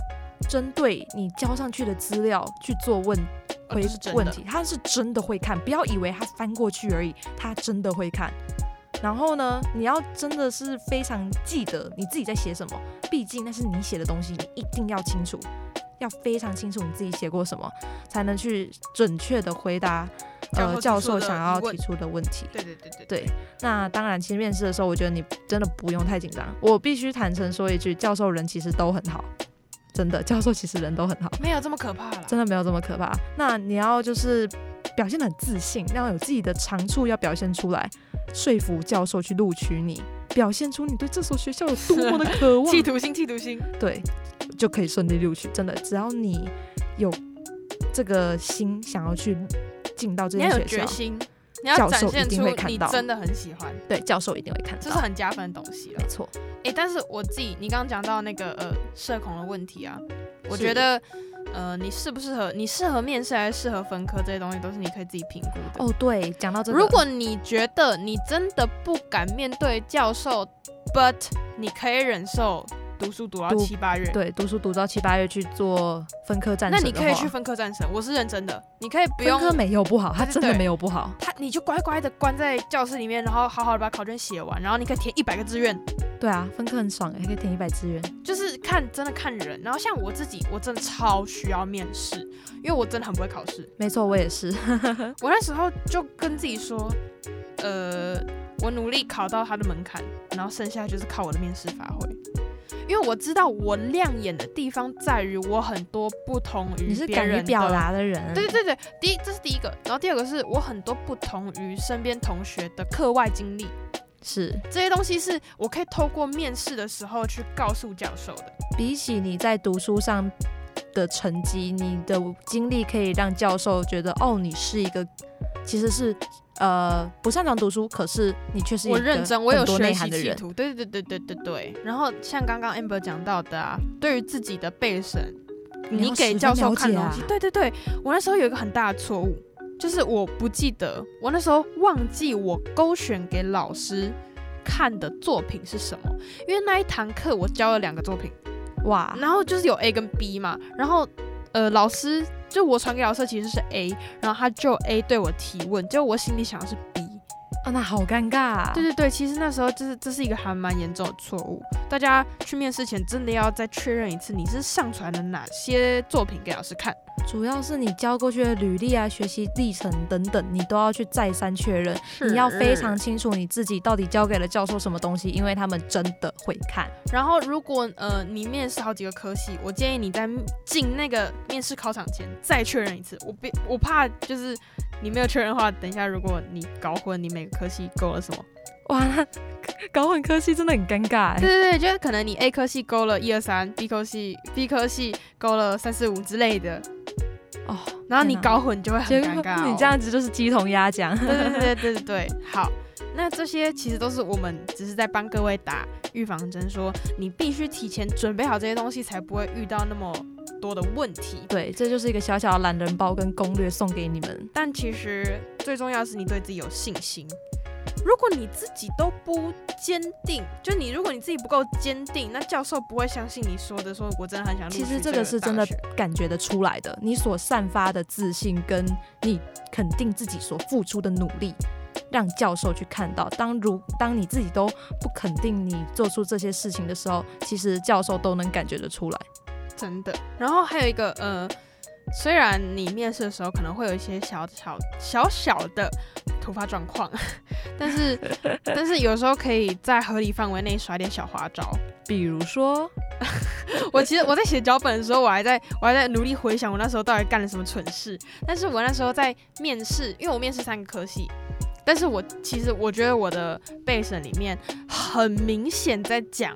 针对你交上去的资料去做问
哦
回
这是真的
问题，他是真的会看，不要以为他翻过去而已，他真的会看。然后呢，你要真的是非常记得你自己在写什么，毕竟那是你写的东西，你一定要清楚，要非常清楚你自己写过什么，才能去准确的回答呃
教
教
授提出
授
的
想要
疑问
提出的问题。
对对对对
对，那当然，其实面试的时候，我觉得你真的不用太紧张。我必须坦诚说一句，教授人其实都很好，真的，教授其实人都很好，
没有这么可怕了。
真的没有这么可怕。那你要就是表现得很自信，要有自己的长处要表现出来，说服教授去录取你，表现出你对这所学校有多么的渴望，
企图心，企图心。
对，就可以顺利录取。真的，只要你有这个心想要去进到这
你
间
要有
学
决
校，
心，你要
教
展
授
现
一定
出
会看
你
到啊
真的很喜欢，
对，教授一定会看到，
这是很加分的东西了
没。错。
诶，哎但是我自己，你刚刚讲到那个呃社恐的问题啊，我
是
觉得呃你适不适合，你适合面试还是适合分科这些东西，都是你可以自己评估的。
哦，对，讲到这个，
如果你觉得你真的不敢面对教授，but 你可以忍受读书读到
读
七八月，
对读书读到七八月去做分科战
那
神
你
的话，
可以去分科战神，我是认真的，你可以不
分
用
科没有不好，它
对对
真的
对
没有不好。
他，你就乖乖的关在教室里面，然后好好的把考卷写完，然后你可以填一百个志愿，
对啊，分科很爽，还可以填一百志愿。
就是看真的看人。然后像我自己，我真的超需要面试，因为我真的很不会考试。
没错，我也是。
嗯我那时候就跟自己说，呃，我努力考到他的门槛，然后剩下就是靠我的面试发挥。因为我知道我亮眼的地方在于我很多不同于
你是
别
敢于
人
表
的
达的人，
对对对，第一这是第一个，然后第二个是我很多不同于身边同学的课外经历，
是
这些东西是我可以透过面试的时候去告诉教授的。
比起你在读书上的成绩，你的经历可以让教授觉得，哦，你是一个其实是呃不擅长读书，可是你却是一个
我认真，我有
很多内
学
涵
习
的
企
人。
图。对对对对对对对。然后像刚刚 Amber 讲到的啊，对于自己的备审，
你要
你给
十分
教授
了
看
解
东
啊
西。对对对，我那时候有一个很大的错误，就是我不记得，我那时候忘记我勾选给老师看的作品是什么，因为那一堂课我交了两个作品。
哇，
然后就是有 A 跟 B 嘛，然后呃，老师就我传给老师其实是 A，然后他就 A 对我提问，结果我心里想的是 B。
哦，那好尴尬、啊。
对对对，其实那时候就是这是一个还蛮严重的错误，大家去面试前真的要再确认一次你是上传了哪些作品给老师看。
主要是你交过去的履历啊、学习历程等等，你都要去再三确认。你要非常清楚你自己到底交给了教授什么东西，因为他们真的会看。
然后，如果呃你面试好几个科系，我建议你在进那个面试考场前再确认一次。我别我怕就是你没有确认的话，等一下如果你搞混你每个科系勾了什么，
哇，那搞混科系真的很尴尬哎。
对对对，就是可能你 A 科系勾了一二三，B 科系 B 科系勾了三四五之类的，
哦，
然后你
天哪
搞混就会很
结
尴
果
尬、哦
你这，样子就是鸡同鸭讲。
(laughs) 对对对对对对，好。那这些其实都是我们只是在帮各位打预防针，说你必须提前准备好这些东西，才不会遇到那么多的问题。
(laughs) 对，这就是一个小小的懒人包跟攻略送给你们。
但其实最重要的是你对自己有信心。如果你自己都不坚定，就你如果你自己不够坚定，那教授不会相信你说的。说我真的很想录取
其实这
个
个是真
大
的
学
感觉得出来的，你所散发的自信跟你肯定自己所付出的努力，让教授去看到。当如当你自己都不肯定你做出这些事情的时候，其实教授都能感觉得出来。
真的。然后还有一个呃，虽然你面试的时候可能会有一些小小小小的突发状况，但 (laughs) 是但是有时候可以在合理范围内耍点小花招。
比如说，
我其实我在写脚本的时候，我还在我还在努力回想我那时候到底干了什么蠢事。但是我那时候在面试，因为我面试三个科系，但是我其实我觉得我的备审里面很明显在讲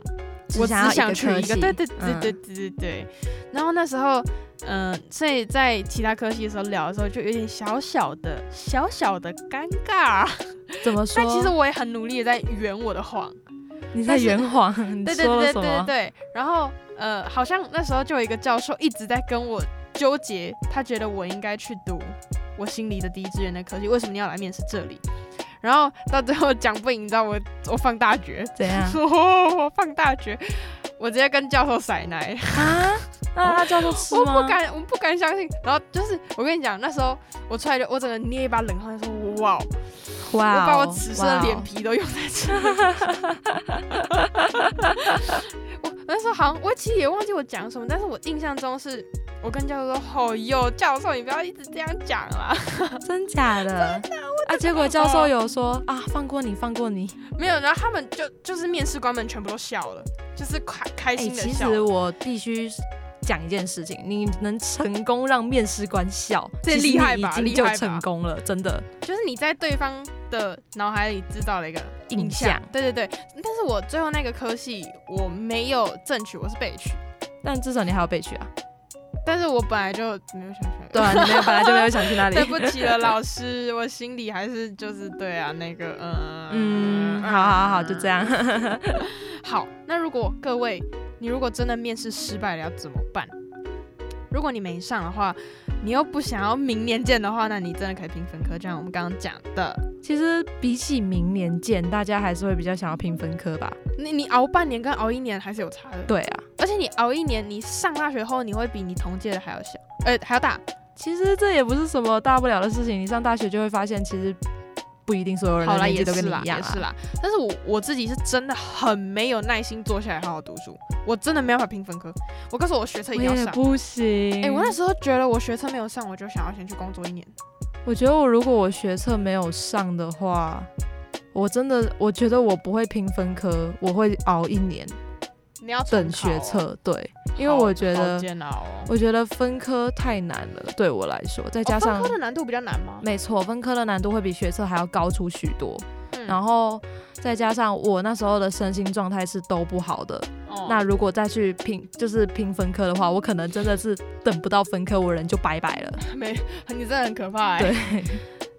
我
想要
只
一个
想去
科
一个，
系
对对对
嗯
对对对对。然后那时候，嗯、所以在其他科系的时候聊的时候，就有点小小的、小小的尴尬。
怎么说？
但其实我也很努力的在圆我的谎，
你在
但是
圆谎， (laughs) 你
对对
说了
对对
什
对对
么？
对。然后呃，好像那时候就有一个教授一直在跟我纠结，他觉得我应该去读我心里的第一志愿的科系，为什么你要来面试这里？然后到最后讲不赢，你知道我我放大绝，
怎样
哦， (laughs) 我放大绝，我直接跟教授甩奶， (laughs)
啊？那他叫做吃
我
吗？
不敢，我不敢相信。然后就是我跟你讲，那时候我出来就我整个捏一把冷汗，说哇，
哇哦，
我把我此生的
哇哦
脸皮都用在这里。 (laughs) 我那时候好像我其实也忘记我讲什么，但是我印象中是我跟教授说：“哦哟，教授，你不要一直这样讲啦。
真假的？啊，结果教授有说啊，放过你，放过你。”
没有，然后他们就就是面试官们全部都笑了，就是开开
哎、
心的
其
笑。
实我必须讲一件事情，你能成功让面试官笑，
这
其实
厉害
你
吧
已
厉
经就
害吧
成功了，真的。
就是你在对方的脑海里制造了一个
印
印
象
象，对对对。但是我最后那个科系我没有正取，我是被取，
但至少你还要被取
(laughs)
啊，
但是我本来就没有想去。
对啊，你没有本来就没有想去那里
对。
(laughs)
不起了，老师，我心里还是就是对啊，那
(laughs)
个嗯
嗯，好好好，就这。样。 (laughs)
好，那如果各位你如果真的面试失败了要怎么办？如果你没上的话，你又不想要明年见的话，那你真的可以评分科，就像我们刚刚讲的，
其实比起明年见，大家还是会比较想要评分科吧？
你你熬半年跟熬一年还是有差的。
对啊，
而且你熬一年，你上大学后，你会比你同届的还要小，呃，还要大。
其实这也不是什么大不了的事情。你上大学就会发现，其实不一定所有人
好
的
啦，
年
也
纪都
是
跟你
啦，
一样
也是
啊。
啦。但是我我自己是真的很没有耐心坐下来好好读书，我真的没有办法评分科。我告诉我，我学测一
我
定要
也
上。
不行。
哎、我那时候觉得我学测没有上，我就想要先去工作一年。
我觉得我如果我学测没有上的话，我真的我觉得我不会拼分科，我会熬一年
你要重
等
考
学
哦，
测。对，
好
因为我觉
好
得
煎熬哦。
我觉得分科太难了，对我来说，再加
哦
上、
分科的难度比较难吗？
没错，分科的难度会比学测还要高出许多。
嗯
然后再加上我那时候的身心状态是都不好的，
哦
那如果再去拼就是拼分科的话，我可能真的是等不到分科，我人就拜拜了。
没，你真的很可怕、欸。
对，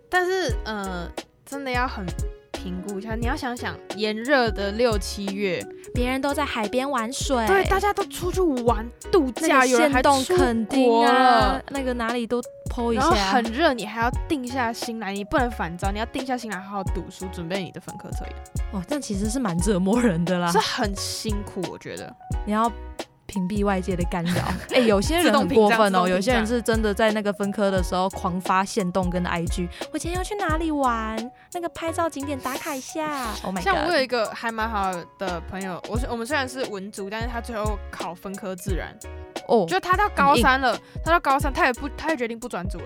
但是呃，真的要很评估一下，你要想想炎热的六七月，
别人都在海边玩水，
对，大家都出去玩度
那
假，
个
有人
限
还
动
出
肯定
国
啊
了，，
那个哪里都剖一
然后
下，
很热，你还要定下心来，你不能反照，你要定下心来好好读书，准备你的分科测验，
哇，这样其实是蛮折磨人的啦
是。啊很辛苦，我觉得。
你要屏蔽外界的干扰。哎、有些
(laughs) 自
人
动
很
屏
过
障
分
自
哦，
动
有
屏
些人
障
是真的在那个分科的时候狂发限动跟 IG，我今天要去哪里玩，那个拍照景点打卡一下。Oh my god！
像我有一个还蛮好的朋友，我是我们虽然是文组，但是他最后考分科自然，
哦，
就他到高
硬
三了，他到高三，他也不，他也决定不转组了，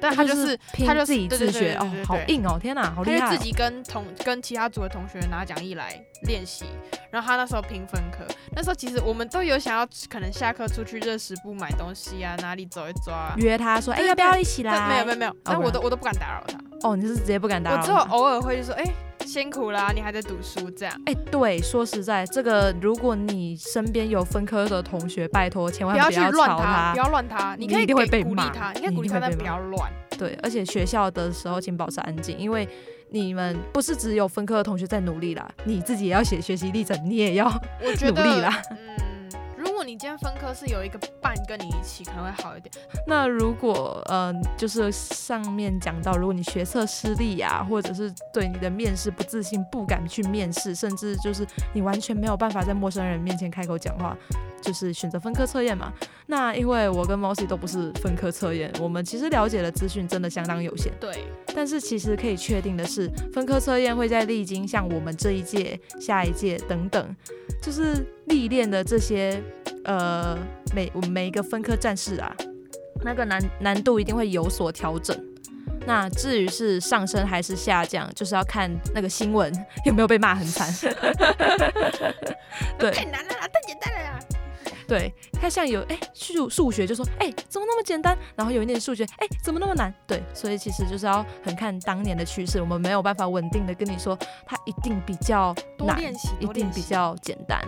但他就是
拼
他就
自己
对
自
对对
学
对
哦
对，
好
对
硬哦，天哪，好厉
他
害
就
哦
自！己跟同跟其他组的同学拿讲义来练习，然后他那时候评分科，那时候其实我们都有想要可能下课出去热食部买东西啊，哪里走一走啊，
约他说，哎、
对
要不
对
要一起来？
但没有没有没有，但
不
我
然
都我都不敢打扰他，
哦，你是直接不敢打扰
我
他。
只有偶尔会就说，哎、辛苦啦，你还在读书这样，
哎、对，说实在，这个如果你身边有分科的同学，拜托千万
不要去
要
乱
吵
不要乱他，
你
可
一
以
定
给
会被
鼓励
骂
他，你可
你
以
一
鼓励
定
他，
会
但
被
不
骂
要乱。
对，而且学校的时候请保持安静，因为你们不是只有分科的同学在努力啦，你自己也要写学习历程，你也要
我觉
努
得
力啦。
嗯，如果你今天分科是有一个伴跟你一起，可能会好一点。
那如果呃，就是上面讲到，如果你学测失利啊，或者是对你的面试不自信，不敢去面试，甚至就是你完全没有办法在陌生人面前开口讲话，就是选择分科测验嘛。那因为我跟 Mossy 都不是分科测验，我们其实了解的资讯真的相当有限。
对，
但是其实可以确定的是，分科测验会在历经像我们这一届、下一届等等，就是历练的这些呃每每一个分科战士啊，那个难难度一定会有所调整。那至于是上升还是下降，就是要看那个新闻 (laughs) 有没有被骂很惨。对
太难了啦，太简单了啦。
对，它像有哎数数学就说哎怎么那么简单，然后有一年数学哎怎么那么难，对，所以其实就是要很看当年的趋势，我们没有办法稳定的跟你说它一定比较
多
难，
练习，
一
多
定
练
比
习。
较简单。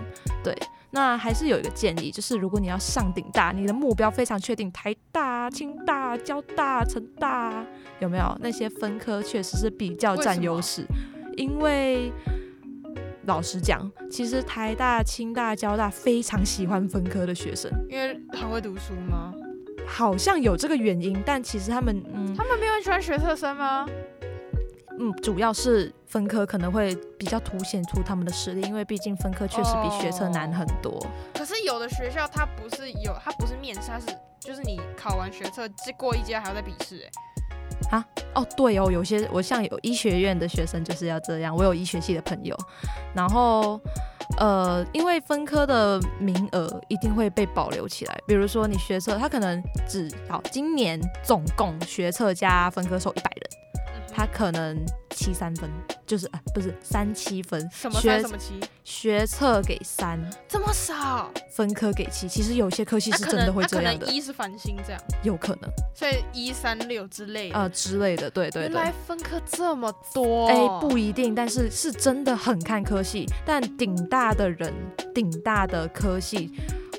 对，那还是有一个建议，就是如果你要上顶大，你的目标非常确定，台大、清大、交大、成大有没有那些分科确实是比较
为什
占
么
优势，因为。老实讲，其实台大、清大、交大非常喜欢分科的学生，
因为很会读书吗？
嗯好像有这个原因，但其实他们，嗯
他们没有很喜欢学测生吗？
嗯，主要是分科可能会比较凸显出他们的实力，因为毕竟分科确实比学测难
哦
很多。
可是有的学校它不是有，它不是面试，它是就是你考完学测，这过一阶还要再笔试、欸，
哦，对哦，有些我像有医学院的学生就是要这样，我有医学系的朋友，然后呃，因为分科的名额一定会被保留起来，比如说你学测，他可能只好今年总共学测加分科收一百人，
嗯
他可能七三分，就是啊、不是三七分，
什么三
学
什么七，
学测给三，
这么少，
分科给七，其实有些科系
他
是
可
真的
能
会
他
这
可
样
能
的，
一是繁星这样，
有可能
所以一三六之类的。
啊、呃之类的，对对
原
对
来。分科这么多，
哎、不一定，但是是真的很看科系。但顶大的人，顶大的科系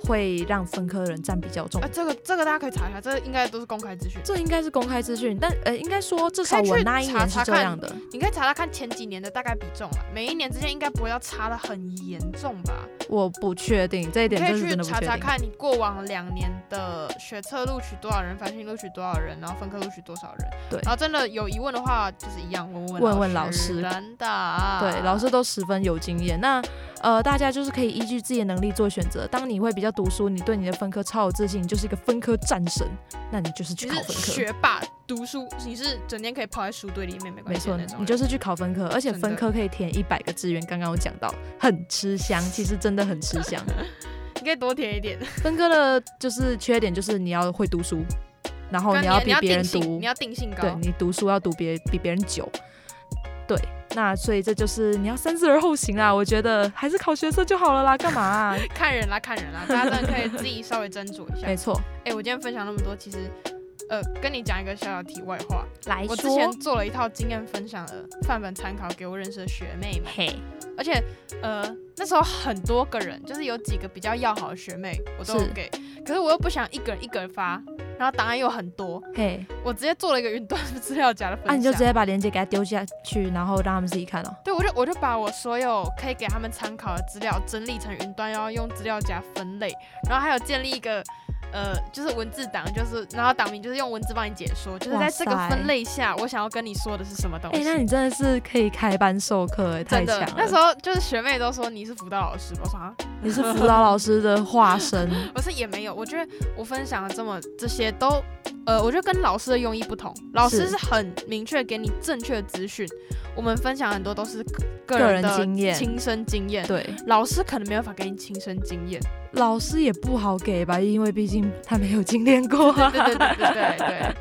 会让分科人占比较重
啊，。这个这个大家可以查一下，这应该都是公开资讯。
这应该是公开资讯，但呃，应该说至少
可以去
我那一年是
查查
这
看
样的。
你可以查查看前几年的大概比重啊，每一年之间应该不会要差的很严重吧？
我不确定这一
你
点，
可
真
以
是
去
真的不
查
确
查
定。
看你过往两年的学测录取多少人，繁星录取多少人，然后分科录取多少人。
对
然后真的有疑问的话，就是一样问问
问问
老
老
真的。啊
对，老师都十分有经验。那呃，大家就是可以依据自己的能力做选择。当你会比较读书，你对你的分科超有自信，你就是一个分科战神，那你就是去
你
考
是
分科。
学霸，读书你是整天可以泡在书堆里面没
没
关系
错
的那种，人。
你就是去考分科，而且分科可以填一百个志愿。刚刚我讲到，很吃香，其实真的很吃
(laughs)
香。
你可以多填一点，
分科的就是缺点就是你要会读书，然后
跟
哦要
你
比
要
别人
定性，
读
你，要定性高。
对你读书要读别比别人久。对，那所以这就是你要三思而后行啦。我觉得还是考学测就好了啦，干嘛啊、
(laughs) 看人啦，看人
(laughs)
啦，大家真的可以自己稍微斟酌一下。
没错，
哎、我今天分享那么多，其实，呃，跟你讲一个小小题外话，
来
我之前做了一套经验分享的范本参考给我认识的学妹们，
嘿，
而且，呃，那时候很多个人，就是有几个比较要好的学妹，我都有
是
给，可是我又不想一个人一个人发，然后档案又很多，
嘿，
我直接做了一个云端资料夹的分
那、
享。
啊你就直接把链接给他丢下去，然后让他们自己看哦。
对，我就我就把我所有可以给他们参考的资料整理成云端，然后用资料夹分类，然后还有建立一个呃，就是文字档，就是然后档名就是用文字帮你解说，就是在
哇
这个
塞
分类下，我想要跟你说的是什么东
哎、
西。
那你真的是可以开班授课、哎，太
真
强
的
了，。
那时候就是学妹都说你是辅导老师吧，我说啊，
你是辅导老师的化身，
不是也没有，我觉得我分享的这么这些都，呃，我觉得跟老师的用意不同，老师
是
是很明确给你正确的资讯，我们分享很多都是个
个
人
人
的
经验
亲身经验，
对，
老师可能没有办法给你亲身经 (laughs) 验。
老师也不好给吧，因为毕竟他没有经验过、啊。
对对对对对对。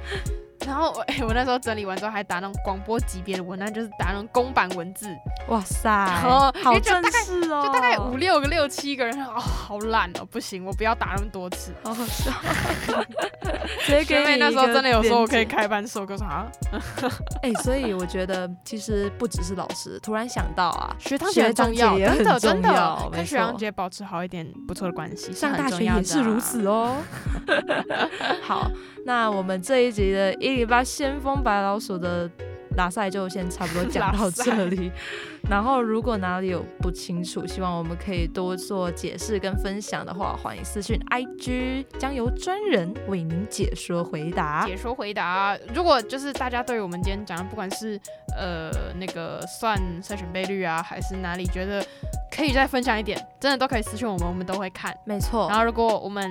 然后我、 (laughs) 哎，我那时候整理完之后还打那种广播级别的文案，就是打那种公版文字，
(laughs) 哇塞，
哦因
好
为就
正
大概
式哦，
就大概五六个、六七个人，哦，好懒哦，不行，我不要打那么多次。
好好笑。直
学
接给
妹
你
那时候
一个
真的有说我
连
可以
结
开班授课，说啊，
哎、所以我觉得其实不只是老师，突然想到啊，
学堂
堂
姐很
姐很
重
重
要，
要
真的真
真的
的，
没
跟
错
学长姐保持好一点不错的关系，
上
很
大
重
学
要
也
的
是如
啊。(laughs)
此哦。 (laughs) 好，那我们这一集的一零八先锋白老鼠的拉赛就先差不多讲到这里。然后如果哪里有不清楚，希望我们可以多做解释跟分享的话，欢迎私讯 IG，将由专人为您解说回答。
解说回答，如果就是大家对于我们今天讲的，不管是呃那个算筛选倍率啊，还是哪里觉得可以再分享一点，真的都可以私信我们，我们都会看。
没错
然，后如果我们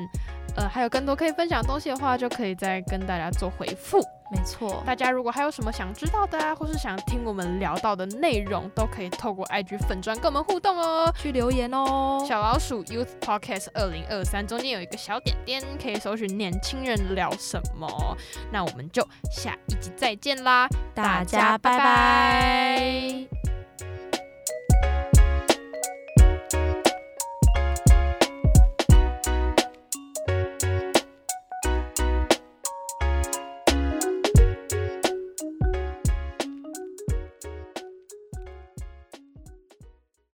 呃还有更多可以分享的东西的话，就可以再跟大家做回复。
没错，
大家如果还有什么想知道的啊，或是想听我们聊到的内容，都可以透过 IG 粉砖跟我们互动哦。
去留言哦。
小老鼠 Youth Podcast 二零二三中间有一个小点点，可以搜寻“年轻人聊什么”。那我们就下一集再见啦，
大家拜拜